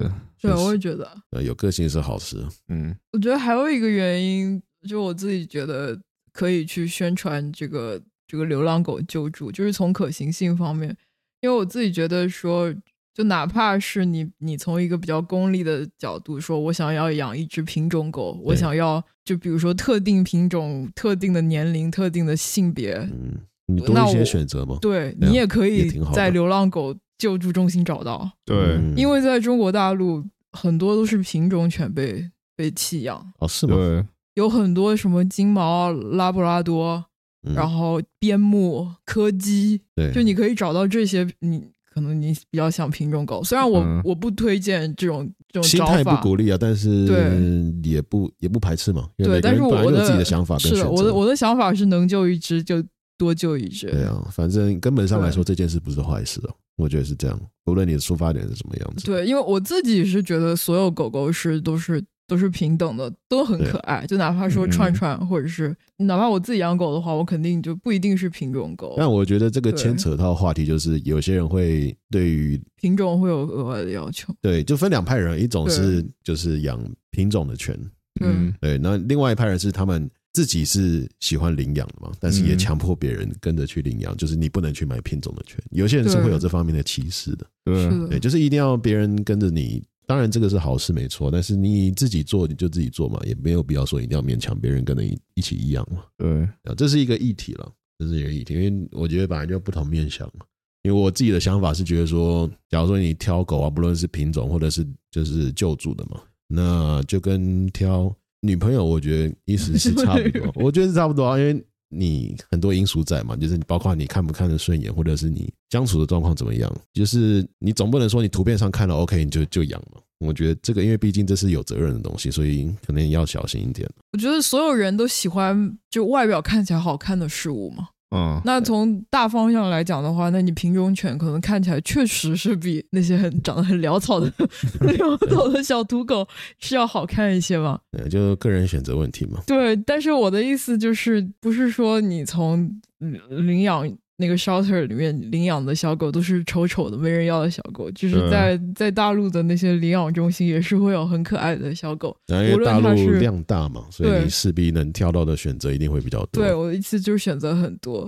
S1: 确
S3: 对，
S1: 实
S3: 我也觉得。
S1: 呃，有个性是好事。
S2: 嗯，
S3: 我觉得还有一个原因，就我自己觉得可以去宣传这个这个流浪狗救助，就是从可行性方面，因为我自己觉得说，就哪怕是你，你从一个比较功利的角度说，我想要养一只品种狗，我
S1: 对
S3: 想要就比如说特定品种、特定的年龄、特定的性别，
S1: 嗯，你多
S3: 那
S1: 一些
S3: 我
S1: 选择嘛。
S3: 对
S1: 那
S3: 你也可
S1: 啊也
S3: 以
S1: 挺好的
S3: 在流浪狗救助中心找到，
S2: 对
S1: 嗯
S3: 因为在中国大陆很多都是品种犬被被弃养，
S1: 哦是吗？
S2: 对，
S3: 有很多什么金毛、啊拉布拉多，
S1: 嗯
S3: 然后边牧、柯基，
S1: 对，
S3: 就你可以找到这些你可能你比较想品种狗，虽然我、
S2: 嗯
S3: 我不推荐这种这种
S1: 心
S3: 找
S1: 态不
S3: 法，
S1: 鼓励啊，但是
S3: 对
S1: 也不也不排斥嘛，因为
S3: 对
S1: 每个
S3: 但是
S1: 人本来
S3: 我
S1: 就有
S3: 的
S1: 自己的想法跟
S3: 是
S1: 选
S3: 的，
S1: 择。
S3: 我的我的想法是能救一只就多救一只，
S1: 对啊，反正根本上来
S3: 对
S1: 说这件事不是坏事哦，我觉得是这样。无论你的出发点是什么样子，
S3: 对因为我自己是觉得所有狗狗是都是都是平等的，都很
S1: 对
S3: 可爱，就哪怕说
S2: 嗯
S3: 串串，或者是哪怕我自己养狗的话，我肯定就不一定是品种狗，
S1: 但我觉得这个
S3: 对
S1: 牵扯到话题，就是有些人会对于
S3: 品种会有额外的要求，
S1: 对，就分两派人，一种
S3: 对
S1: 是就是养品种的犬，
S3: 嗯
S2: 嗯，
S1: 对，那另外一派人是他们自己是喜欢领养的嘛，但是也
S2: 嗯
S1: 强迫别人跟着去领养，就是你不能去买品种的犬，有些人是
S3: 对
S1: 会有这方面的歧视的，
S2: 对，
S3: 嗯是
S1: 对，
S3: 的，
S1: 就是一定要别人跟着你。当然，这个是好事没错，但是你自己做你就自己做嘛，也没有必要说一定要勉强别人跟着你一起一样嘛。
S2: 对，
S1: 啊，这是一个议题了，这是一个议题，因为我觉得本来就不同面向嘛。因为我自己的想法是觉得说，假如说你挑狗啊，不论是品种或者是就是救助的嘛，那就跟挑女朋友，我觉得意思是差不多，我觉得是差不多啊，因为你很多因素在嘛，就是你包括你看不看得顺眼，或者是你相处的状况怎么样，就是你总不能说你图片上看了 OK 你就就养嘛。我觉得这个，因为毕竟这是有责任的东西，所以可能要小心一点。
S3: 我觉得所有人都喜欢就外表看起来好看的事物嘛。
S2: 嗯，
S3: 那从大方向来讲的话，那你品种犬可能看起来确实是比那些很长得很潦草的 潦草的小土狗是要好看一些嘛？
S1: 对，就个人选择问题嘛。
S3: 对，但是我的意思就是，不是说你从领领养那个 shelter 里面领养的小狗都是丑丑的、没人要的小狗，就是
S2: 对
S3: 在在大陆的那些领养中心也是会有很可爱的小狗。
S1: 然后因
S3: 无
S1: 为
S3: 论
S1: 大
S3: 它
S1: 陆
S3: 是
S1: 量大嘛，所以
S3: 对
S1: 你势必能挑到的选择一定会比较多。
S3: 对，我的意思就是选择很多。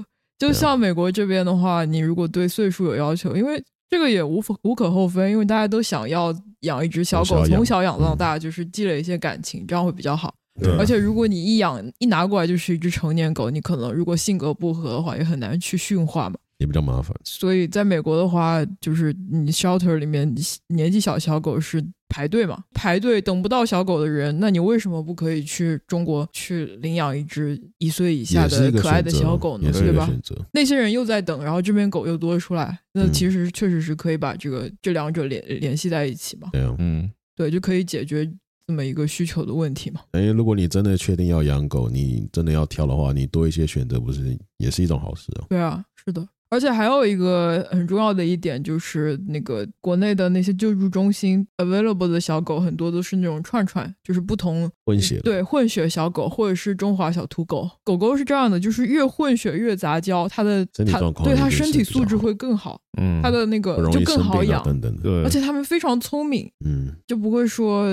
S1: 对
S3: 就
S1: 啊
S3: 像美国这边的话，你如果对岁数有要求，因为这个也无法无可厚非，因为大家都想要养一只小
S1: 从小
S3: 狗，
S1: 养嗯
S3: 从小养到大，就是积累一些感情，这样会比较好。
S1: 啊
S2: 对
S3: 而且如果你一养一拿过来就是一只成年狗，你可能如果性格不合的话，也很难去驯化嘛。
S1: 也比较麻烦。
S3: 所以在美国的话，就是你 shelter 里面年纪小小狗是排队嘛，排队等不到小狗的人，那你为什么不可以去中国去领养一只一岁以下
S1: 也是
S3: 的
S1: 一个
S3: 可爱
S1: 选
S3: 的
S1: 择
S3: 小狗呢？
S1: 也是
S3: 对
S1: 一个
S3: 吧？
S1: 选择。
S3: 那些人又在等，然后这边狗又多出来，那
S1: 嗯
S3: 其实确实是可以把这个这两者联联系在一起嘛，
S1: 对啊，
S2: 嗯，
S3: 对，就可以解决这么一个需求的问题嘛。
S1: 因为哎如果你真的确定要养狗，你真的要挑的话，你多一些选择，不是也是一种好事哦。
S3: 对啊，是的。而且还有一个很重要的一点就是，那个国内的那些救助中心 available 的小狗，很多都是那种串串，就是不同
S1: 混血的，
S3: 嗯对混血小狗或者是中华小土狗。狗狗是这样的，就是越混血越杂交，它的
S1: 身体
S3: 它
S1: 状况一
S3: 对它
S1: 定是
S3: 身体
S1: 比较
S3: 素质
S1: 好
S3: 会更好，
S2: 嗯，
S3: 它的那
S1: 不
S3: 个
S1: 容
S3: 就
S1: 易生
S3: 更好
S1: 病啊
S3: 养，
S1: 等等的。
S2: 对，
S3: 而且它们非常聪明，
S1: 嗯，
S3: 就不会说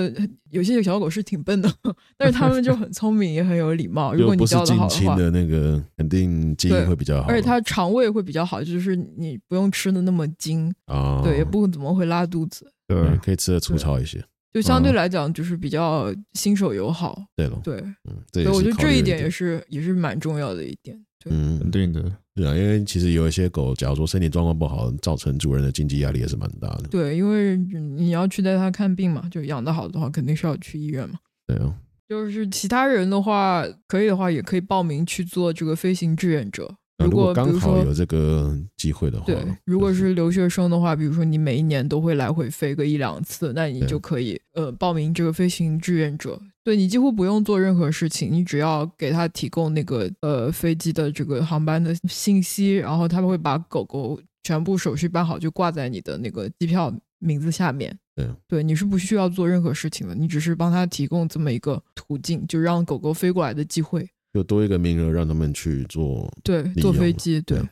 S3: 有些小狗是挺笨的， 但是它们就很聪明，也很有礼貌。如
S1: 就
S3: 果你
S1: 不是
S3: 教的好
S1: 近
S3: 的
S1: 亲
S3: 话，
S1: 的那个，肯定基因
S3: 对
S1: 会比较好。
S3: 而且它肠胃会比较好，就是你不用吃的那么精，
S1: 啊，
S3: 对，也不嗯怎么会拉肚子，
S1: 对
S2: 对，
S1: 可以吃的粗糙一些。
S3: 就相
S1: 哦
S3: 对
S2: 嗯
S3: 来讲就是比较新手友好，
S1: 对了，
S3: 对，
S1: 嗯，这
S3: 所以我觉得
S1: 考
S3: 这
S1: 虑
S3: 一
S1: 的
S3: 点也是也是蛮重要的一点，对，
S1: 嗯，
S2: 肯定的，
S1: 对啊，因为其实有一些狗，假如说身体状况不好，造成主人的经济压力也是蛮大的。
S3: 对，因为你要去带它看病嘛，就养得好的话，肯定是要去医院嘛。
S1: 对啊，
S3: 就是其他人的话，可以的话也可以报名去做这个飞行志愿者。
S1: 那啊如
S3: 果
S1: 果
S3: 比
S1: 刚
S3: 如
S1: 好
S3: 说
S1: 有这个机会的话，
S3: 对，如果
S1: 嗯就是
S3: 留学生的话，比如说你每一年都会来回飞个一两次，那你
S1: 对
S3: 就可以呃报名这个飞行志愿者。对你几乎不用做任何事情，你只要给他提供那个呃飞机的这个航班的信息，然后他们会把狗狗全部手续办好，就挂在你的那个机票名字下面。
S1: 对
S3: 对，你是不需要做任何事情的，你只是帮他提供这么一个途径，就让狗狗飞过来的机会。
S1: 就多一个名额让他们去做。
S3: 对，
S1: 利
S3: 坐
S1: 用
S3: 飞
S1: 嘛
S3: 机，对
S1: 对，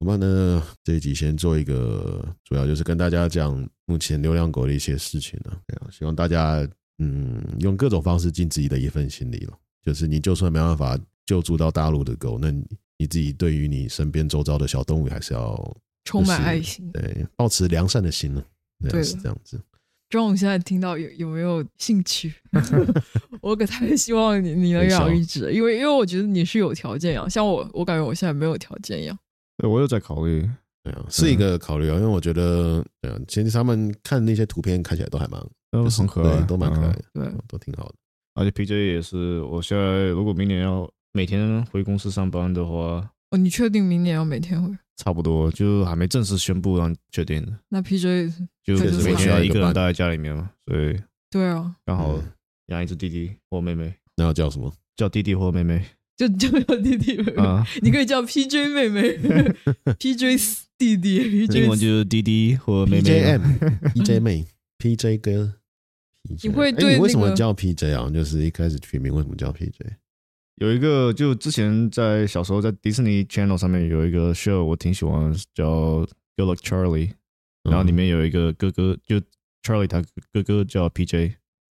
S1: 我们呢这一集先做一个，主要就是跟大家讲目前流浪狗的一些事情呢、对啊，希望大家嗯用各种方式尽自己的一份心力了。就是你就算没办法救助到大陆的狗，那你你自己对于你身边周遭的小动物还是要
S3: 充满
S1: 是
S3: 爱心。
S1: 对保持良善的心呢、对啊，
S3: 对
S1: 是这样子。
S3: 钟总现在听到有有没有 兴趣？我可特别希望你你能养一只，因为因为我觉得你是有条件养，像我我感觉我现在没有条件养。
S2: 对我有在考虑，
S1: 对
S3: 嗯
S1: 啊，是一个考虑啊，因为我觉得，对啊，其实他们看那些图片看起来都还蛮，
S2: 都
S1: 就是
S2: 很可爱
S1: 对，都蛮可爱
S2: 嗯
S1: 的，
S3: 对，
S1: 都挺好的。
S2: 而且 PJ 也是，我现在如果明年要每天回公司上班的话，
S3: 哦，你确定明年要每天会？
S2: 差不多就还没正式宣布让确定的，
S3: 那 PJ
S2: 就
S3: 确实
S2: 每
S3: 需要
S2: 天
S1: 一
S2: 一
S1: 个
S2: 个人
S1: 伴
S2: 待在家里面嘛，所以
S3: 对啊，
S2: 刚好
S1: 嗯
S2: 养一只弟弟或妹妹，
S1: 那要叫什 么？
S2: 叫弟弟或妹 妹
S3: 就 就叫弟弟妹妹，
S2: 啊，
S3: 你可以叫 PJ 妹妹，PJ 弟弟
S2: 英文就
S3: ，PJ。
S2: 是弟弟或妹妹嘛。
S1: PJM、EJ 妹、PJ 哥。PJ
S3: 你会
S1: 哎
S3: 对
S1: 你为什
S3: 那
S1: 么
S3: 个
S1: 叫 PJ 啊？就是一开始取名为什么叫 PJ？
S2: 有一个就之前在小时候在迪士尼 Channel 上面有一个 show 我挺喜欢的，叫 Good Luck Charlie，然
S1: 嗯
S2: 后里面有一个哥哥，就 Charlie 他哥哥叫 PJ。
S1: 嗯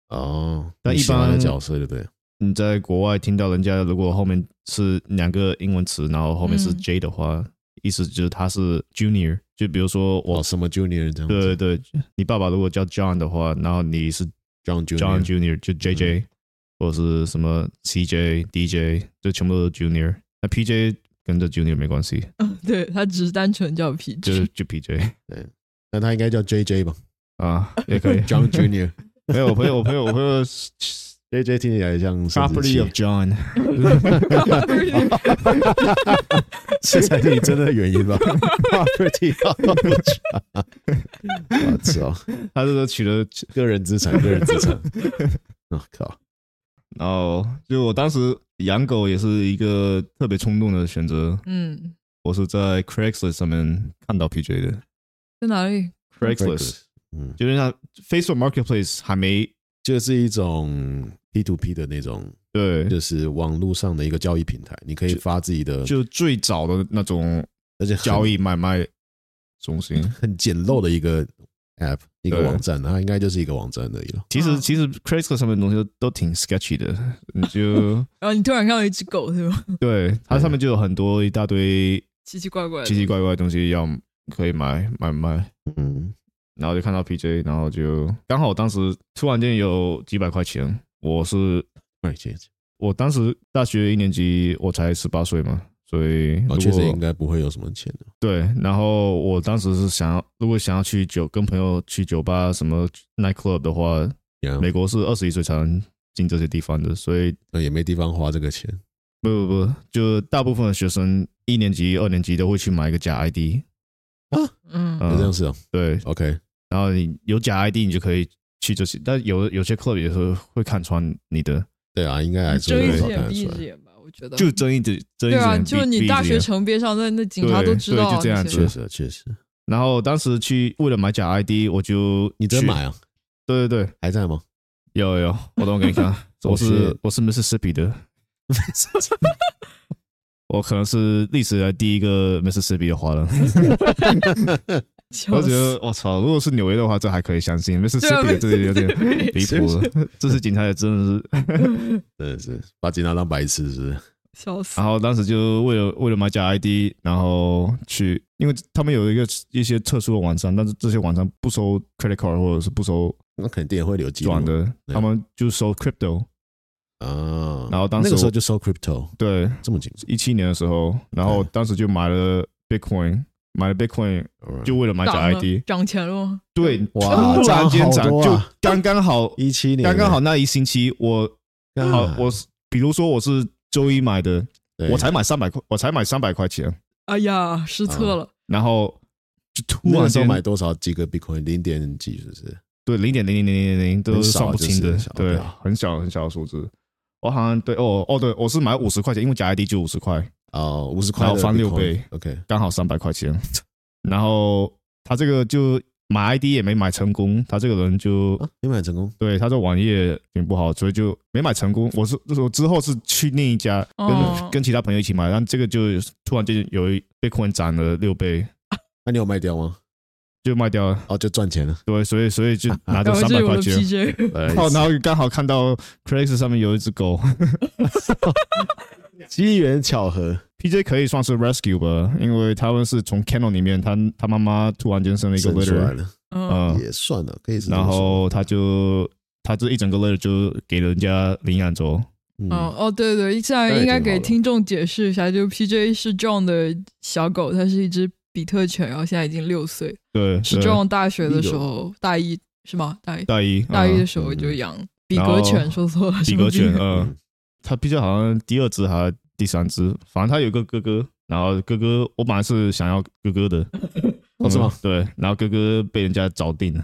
S1: 哦，
S2: 但
S1: 你
S2: 一
S1: 喜欢
S2: 般
S1: 的角色对不对？
S2: 你嗯在国外听到人家如果后面是两个英文词，然后后面是
S3: 嗯
S2: J 的话，意思就是他是 junior。就比如说我，
S1: 哦，什么 Junior 这样子
S2: 对对，你爸爸如果叫 John 的话，然后你是
S1: ，John
S2: John
S1: Junior，
S2: Junior，就嗯 JJ，、或者是什么 CJ、DJ，这全部都是 Junior。那 PJ 跟这 Junior 没关系，
S3: 嗯，对他只是单纯叫 PJ，
S2: 就是就 PJ
S1: 那他应该叫 JJ 吧
S2: 啊，也可以。
S1: ？John Junior
S2: 没有我朋友，我朋友，我 朋友
S1: JJ 听起来像生殖器
S2: Property 哦 of John，
S1: 这才是你真的原因吧 ？Property of John 我操，
S2: 他这个取了
S1: 个人资产，个人资 产，我、靠，
S2: 然后哦就我当时养狗也是一个特别冲动的选择，
S3: 嗯，
S2: 我是在 Craigslist 上面看到 PJ 的
S3: 在哪里？
S2: Craigslist，
S1: 嗯，
S2: 就是那 Facebook Marketplace 还没
S1: 就是一种 P to P 的那种，
S2: 对，
S1: 就是网络上的一个交易平台，你可以发自己的，
S2: 就最早的那种
S1: 而且很
S2: 交易买卖中心。
S1: 很简陋的一个 App，一个
S2: 对
S1: 网站，它应该就是一个网站而已了。
S2: 其
S3: 啊
S2: 实其实 Craigslist 上面的东西都挺 sketchy 的，你 就
S3: 然啊后你突然看到一只狗，对吧？
S2: 对它
S1: 对
S2: 上面就有很多一大堆
S3: 奇奇怪怪的，
S2: 奇奇怪怪的东西要可以买买卖。
S1: 嗯，
S2: 然后就看到 PJ，然后就刚好当时突然间有几百块钱，我是
S1: 哎，谢谢。
S2: 我当时大学一年级，我才十八岁嘛，所以如
S1: 哦，
S2: 果
S1: 确实应该不会有什么钱的。
S2: 对。然后我当时是想要，如果想要去酒跟朋友去酒吧什么 night club 的话，
S1: 呀
S2: 美国是二十一岁才能进这些地方的，所以
S1: 那也没地方花这个钱。
S2: 不不不，就大部分的学生一年级、二年级都会去买一个假 ID，
S3: 嗯，
S2: 嗯
S1: 有这样是哦
S2: 对，
S1: ，OK，
S2: 然后你有假 ID 你就可以去这些，但有有些 club 也是会看穿你的。
S1: 对啊，应该还是
S3: 睁
S1: 会
S3: 一
S1: 多
S3: 只
S1: 少
S3: 眼
S1: 看得
S3: 闭一
S1: 出
S3: 只
S1: 来。
S3: 眼吧，我觉得。
S2: 就睁一只睁一
S3: 对
S2: 只
S3: 啊，
S2: 眼
S3: 就是
S2: 闭
S3: 你
S2: 闭
S3: 大
S2: 着
S3: 学
S2: 眼
S3: 城边上，那那警察都知道
S2: 对对就这样
S3: 那些
S2: 子
S1: 确实，确实。
S2: 然后当时去为了买假 ID，我就
S1: 你真
S2: 去？
S1: 买啊？
S2: 对对对，
S1: 还在吗？
S2: 有有有，我等我给 你看。我是
S1: shit
S2: 我是 Mississippi 的，我可能是历史来第一个 Mississippi 的 华人。我觉得我操，如果是纽约的话，这还可以相信，Mississippi
S3: 啊
S2: 的这里有点离谱了。 这是警察也真的是。
S1: 真的是把警察当白痴是不是？
S3: 笑死
S2: 然！后当时就为了为了买假 ID，然后去，因为他们有一个一些特殊的网站，但是这些网站不收 credit card 或者是不收
S1: 那肯定也会留记录
S2: 转的，
S1: 对
S2: 他们就收 crypto。
S1: 啊。
S2: 然后当时
S1: 那个时候
S2: 我
S1: 就收 crypto，
S2: 对，
S1: 这么紧张
S2: 一七年的时候，然后
S1: 对
S2: 当时就买了 Bitcoin，买了 Bitcoin，
S1: ，alright，
S2: 就为了买假
S3: 涨了
S2: ID。
S3: 涨钱了吗？
S2: 对，
S1: 哇
S2: 突然间涨，
S1: 涨好多
S2: 就
S1: 啊
S2: 刚刚好，
S1: 一七年，
S2: 刚刚好那一星期，我
S1: 啊，
S2: 好，我是比如说我是周一买的，
S1: 对
S2: 我才买三百块，我才买三百块钱，
S3: 哎呀，失
S2: 啊
S3: 策了！
S2: 然后就突
S1: 那
S2: 然
S1: 个时候
S2: 间
S1: 买多少几个 Bitcoin 零点几是不是？
S2: 对，零点零零零零零都
S1: 很
S2: 是
S1: 少啊
S2: 算不清
S1: 就是
S2: 的
S1: 很少，
S2: 对
S1: 对，
S2: 很小很小的数字。我好像对哦哦对，我是买五十块钱，因为假 ID 就五十块，
S1: 哦，五十块
S2: 然
S1: 的
S2: 后翻
S1: Bitcoin，
S2: 六倍
S1: ，OK，
S2: 刚好三百块钱。然后他这个就买 ID 也没买成功，他这个人就
S1: 啊，你买成功，
S2: 对他这网页挺不好，所以就没买成功。我是我之后是去另一家
S3: 哦
S2: 跟跟其他朋友一起买，但这个就突然间有一被困涨了六倍，
S1: 那你有卖掉吗？
S2: 就卖掉了。
S1: 哦，就赚钱了，
S2: 对，所以所以就 拿着
S3: 然后
S2: 三
S3: 这
S2: 百
S3: 是我
S2: 块
S3: 的
S2: 钱。
S3: PJ，
S1: 呃
S2: 哦，然后刚好看到 Craigslist 上面有一只狗，
S1: 机缘巧合，
S2: PJ 可以算是 rescue 吧，因为他们是从 kennel 里面，他他妈妈突然间生了一个
S1: 生出来
S2: litter，
S1: 了，
S3: 嗯，
S2: 嗯，
S1: 也算了，可以是这么
S2: 然
S1: 说。
S2: 后他就他这一整个 litter 就给人家领养走，
S1: 嗯
S2: 嗯
S3: 哦哦，对对，现在应该给听众解释一下，就 PJ 是 John 的小狗，它是一只比特犬，然后现在已经六岁，
S2: 对，
S3: 是
S2: 对
S3: John 大学
S1: 一
S3: 的
S1: 个
S3: 时候，大一是吗？大一
S2: 大一
S3: 大一的
S2: 嗯
S3: 时候
S1: 嗯
S3: 就
S1: 嗯
S3: 养比格
S2: 然
S3: 犬，
S2: 后
S3: 说错了，
S2: 比格犬，
S3: 什么
S2: 嗯
S1: 嗯，
S2: 他 PJ 好像第二只还是第三只，反正他有个哥哥，然后哥哥我本来是想要哥哥的，
S1: 哦是吗？
S2: 对，然后哥哥被人家找定了，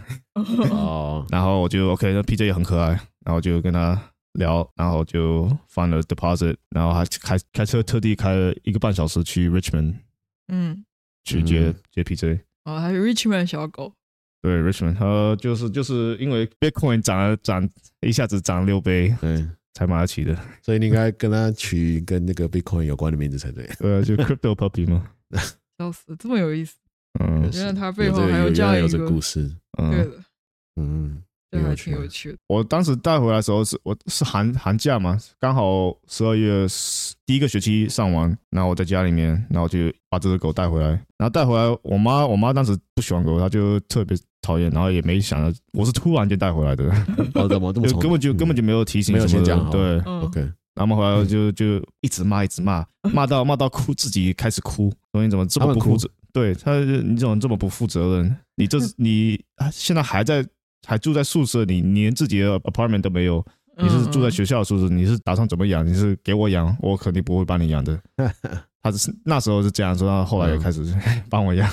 S1: 哦，
S2: 然后我就 OK，那 PJ 也很可爱，然后就跟他聊，然后就放了 deposit，然后还开开车特地开了一个半小时去 Richmond
S3: 嗯，
S2: 去接、
S1: 嗯
S2: 接 PJ。
S3: 哦，还是 Richmond 小狗，
S2: 对 Richmond，他就是就是因为 Bitcoin 涨了涨一下子涨六倍
S1: 对，
S2: 才买得起的，
S1: 所以你应该跟他取跟那个 Bitcoin 有关的名字才对。
S2: 对啊，就 Crypto Puppy 嘛，
S3: 笑死，这么有意思，
S2: 嗯
S3: 原来
S1: 是
S3: 它 背
S1: 有
S3: 后
S1: 这个
S3: 还
S1: 有
S3: 这样
S1: 原来有
S3: 一
S1: 这
S3: 个
S1: 故事，
S3: 对
S2: 嗯，
S3: 的，
S1: 嗯，
S3: 这还
S1: 有
S3: 挺
S1: 趣
S3: 有趣的。
S2: 我当时带回来的时候是我是寒寒假嘛，刚好十二月10第一个学期上完，然后我在家里面，然后就把这只狗带回来，然后带回来，我妈我妈当时不喜欢狗，她就特别讨厌，然后也没想到我是突然间带回来的，
S1: 哦，怎么这么
S2: 就
S1: 冲
S2: 根本就
S1: 嗯
S2: 根本就没有提醒
S1: 没有
S2: 什
S1: 先
S2: 么
S1: 讲
S2: 的，
S1: 好
S2: 对，
S3: 嗯，
S1: OK，
S2: 然后我们回来就就一直骂一直骂，骂到骂到哭，自己开始哭，说你怎么这么不负责？对他，你怎么这么不负责任？你这是你啊现在还在还住在宿舍里，你连自己的 apartment 都没有，
S3: 嗯
S2: 你是住在学校的宿舍，你是打算怎么养？你是给我养，我肯定不会帮你养的。他是那时候是这样说，他后来也开始 帮我养，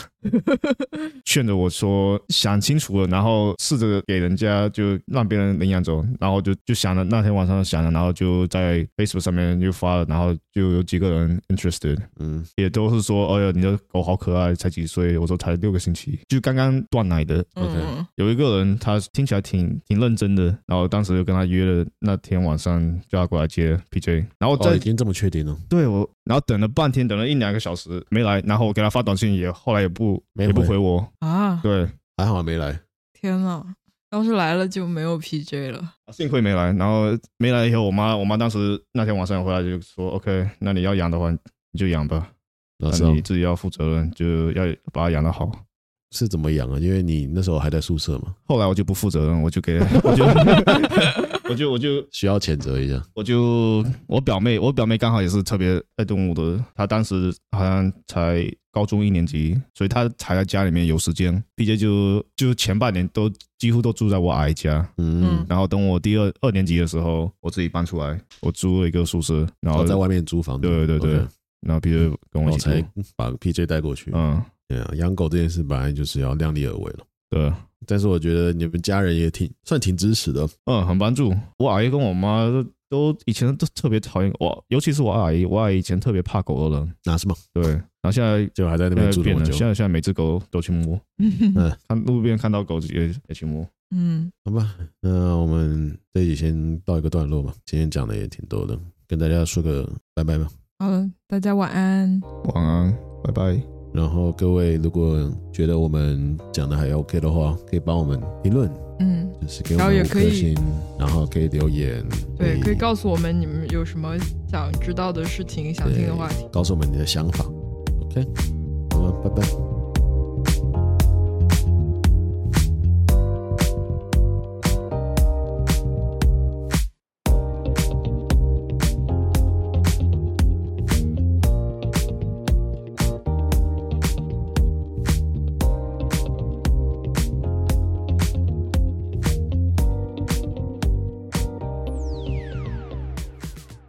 S2: 劝着我说想清楚了，然后试着给人家就让别人领养走，然后就就想了那天晚上想了，然后就在 Facebook 上面就发了，然后就有几个人 interested，
S1: 嗯，
S2: 也都是说，哎呀，你的狗好可爱，才几岁？我说才六个星期，就刚刚断奶的，
S3: 嗯，
S1: OK
S3: 嗯
S2: 有一个人，他听起来挺挺认真的，然后当时就跟他约了那天晚上叫他过来接 PJ，然后在、
S1: 哦，已经这么确定了，
S2: 对我，然后等了半天，等了一两个小时没来，然后我给他发短信也后来也不
S1: 没
S2: 也不
S1: 回
S2: 回 我，
S3: 嗯啊，
S2: 对，
S1: 还好没来，
S3: 天呐，要是来了就没有 PJ 了，
S2: 啊幸亏没来，然后没来以后，我妈我妈当时那天晚上回来就说，OK，那你要养的话你就养吧，
S1: 老师
S2: 那你自己要负责任，就要把它养得好。
S1: 是怎么养啊？因为你那时候还在宿舍嘛，
S2: 后来我就不负责任，我 就给，我就 我就我就
S1: 需要谴责一下。
S2: 我就我表妹，我表妹刚好也是特别爱动物的，她当时好像才高中一年级，所以她才在家里面有时间。PJ 就就前半年都几乎都住在我阿姨家，
S1: 嗯
S3: 嗯，
S2: 然后等我第二二年级的时候，我自己搬出来，我租了一个宿舍，然
S1: 然
S2: 后
S1: 后哦在外面租房子，
S2: 对对对
S1: OK，哦
S2: 然后 PJ
S1: 然
S2: 跟我一
S1: 后
S2: 起住，
S1: 才把 PJ 带过去。
S2: 嗯，
S1: 对啊，养狗这件事本来就是要量力而为了，
S2: 对，
S1: 但是我觉得你们家人也挺算挺支持的。
S2: 嗯，很帮助。我阿姨跟我妈都都以前都特别讨厌我，尤其是我阿姨，我阿姨以前特别怕狗的人，
S1: 那是吗？
S2: 对，然后现在
S1: 就还在那边住
S2: 呃
S1: 那
S2: 变
S1: 么
S2: 了，
S1: 久
S2: 现，在现在每只狗都去摸，看路边看到狗也也去摸。
S3: 嗯，
S1: 好吧，那我们这一集先到一个段落吧。今天讲的也挺多的，跟大家说个拜拜吧。
S3: 好了，大家晚安，
S2: 晚安，拜拜。
S1: 然后各位如果觉得我们讲的还 OK 的话，可以帮我们评论，
S3: 嗯，
S1: 就是给我
S2: 哦
S3: 然后
S1: 们
S3: 也
S1: 五
S3: 可
S1: 颗
S3: 以
S1: 星，然后可以留言，
S3: 对，可以
S1: 诉
S3: 告诉我们你们有什么想知道的事情，想听的话题。
S1: 告诉我们你的想法。OK，好了，拜拜。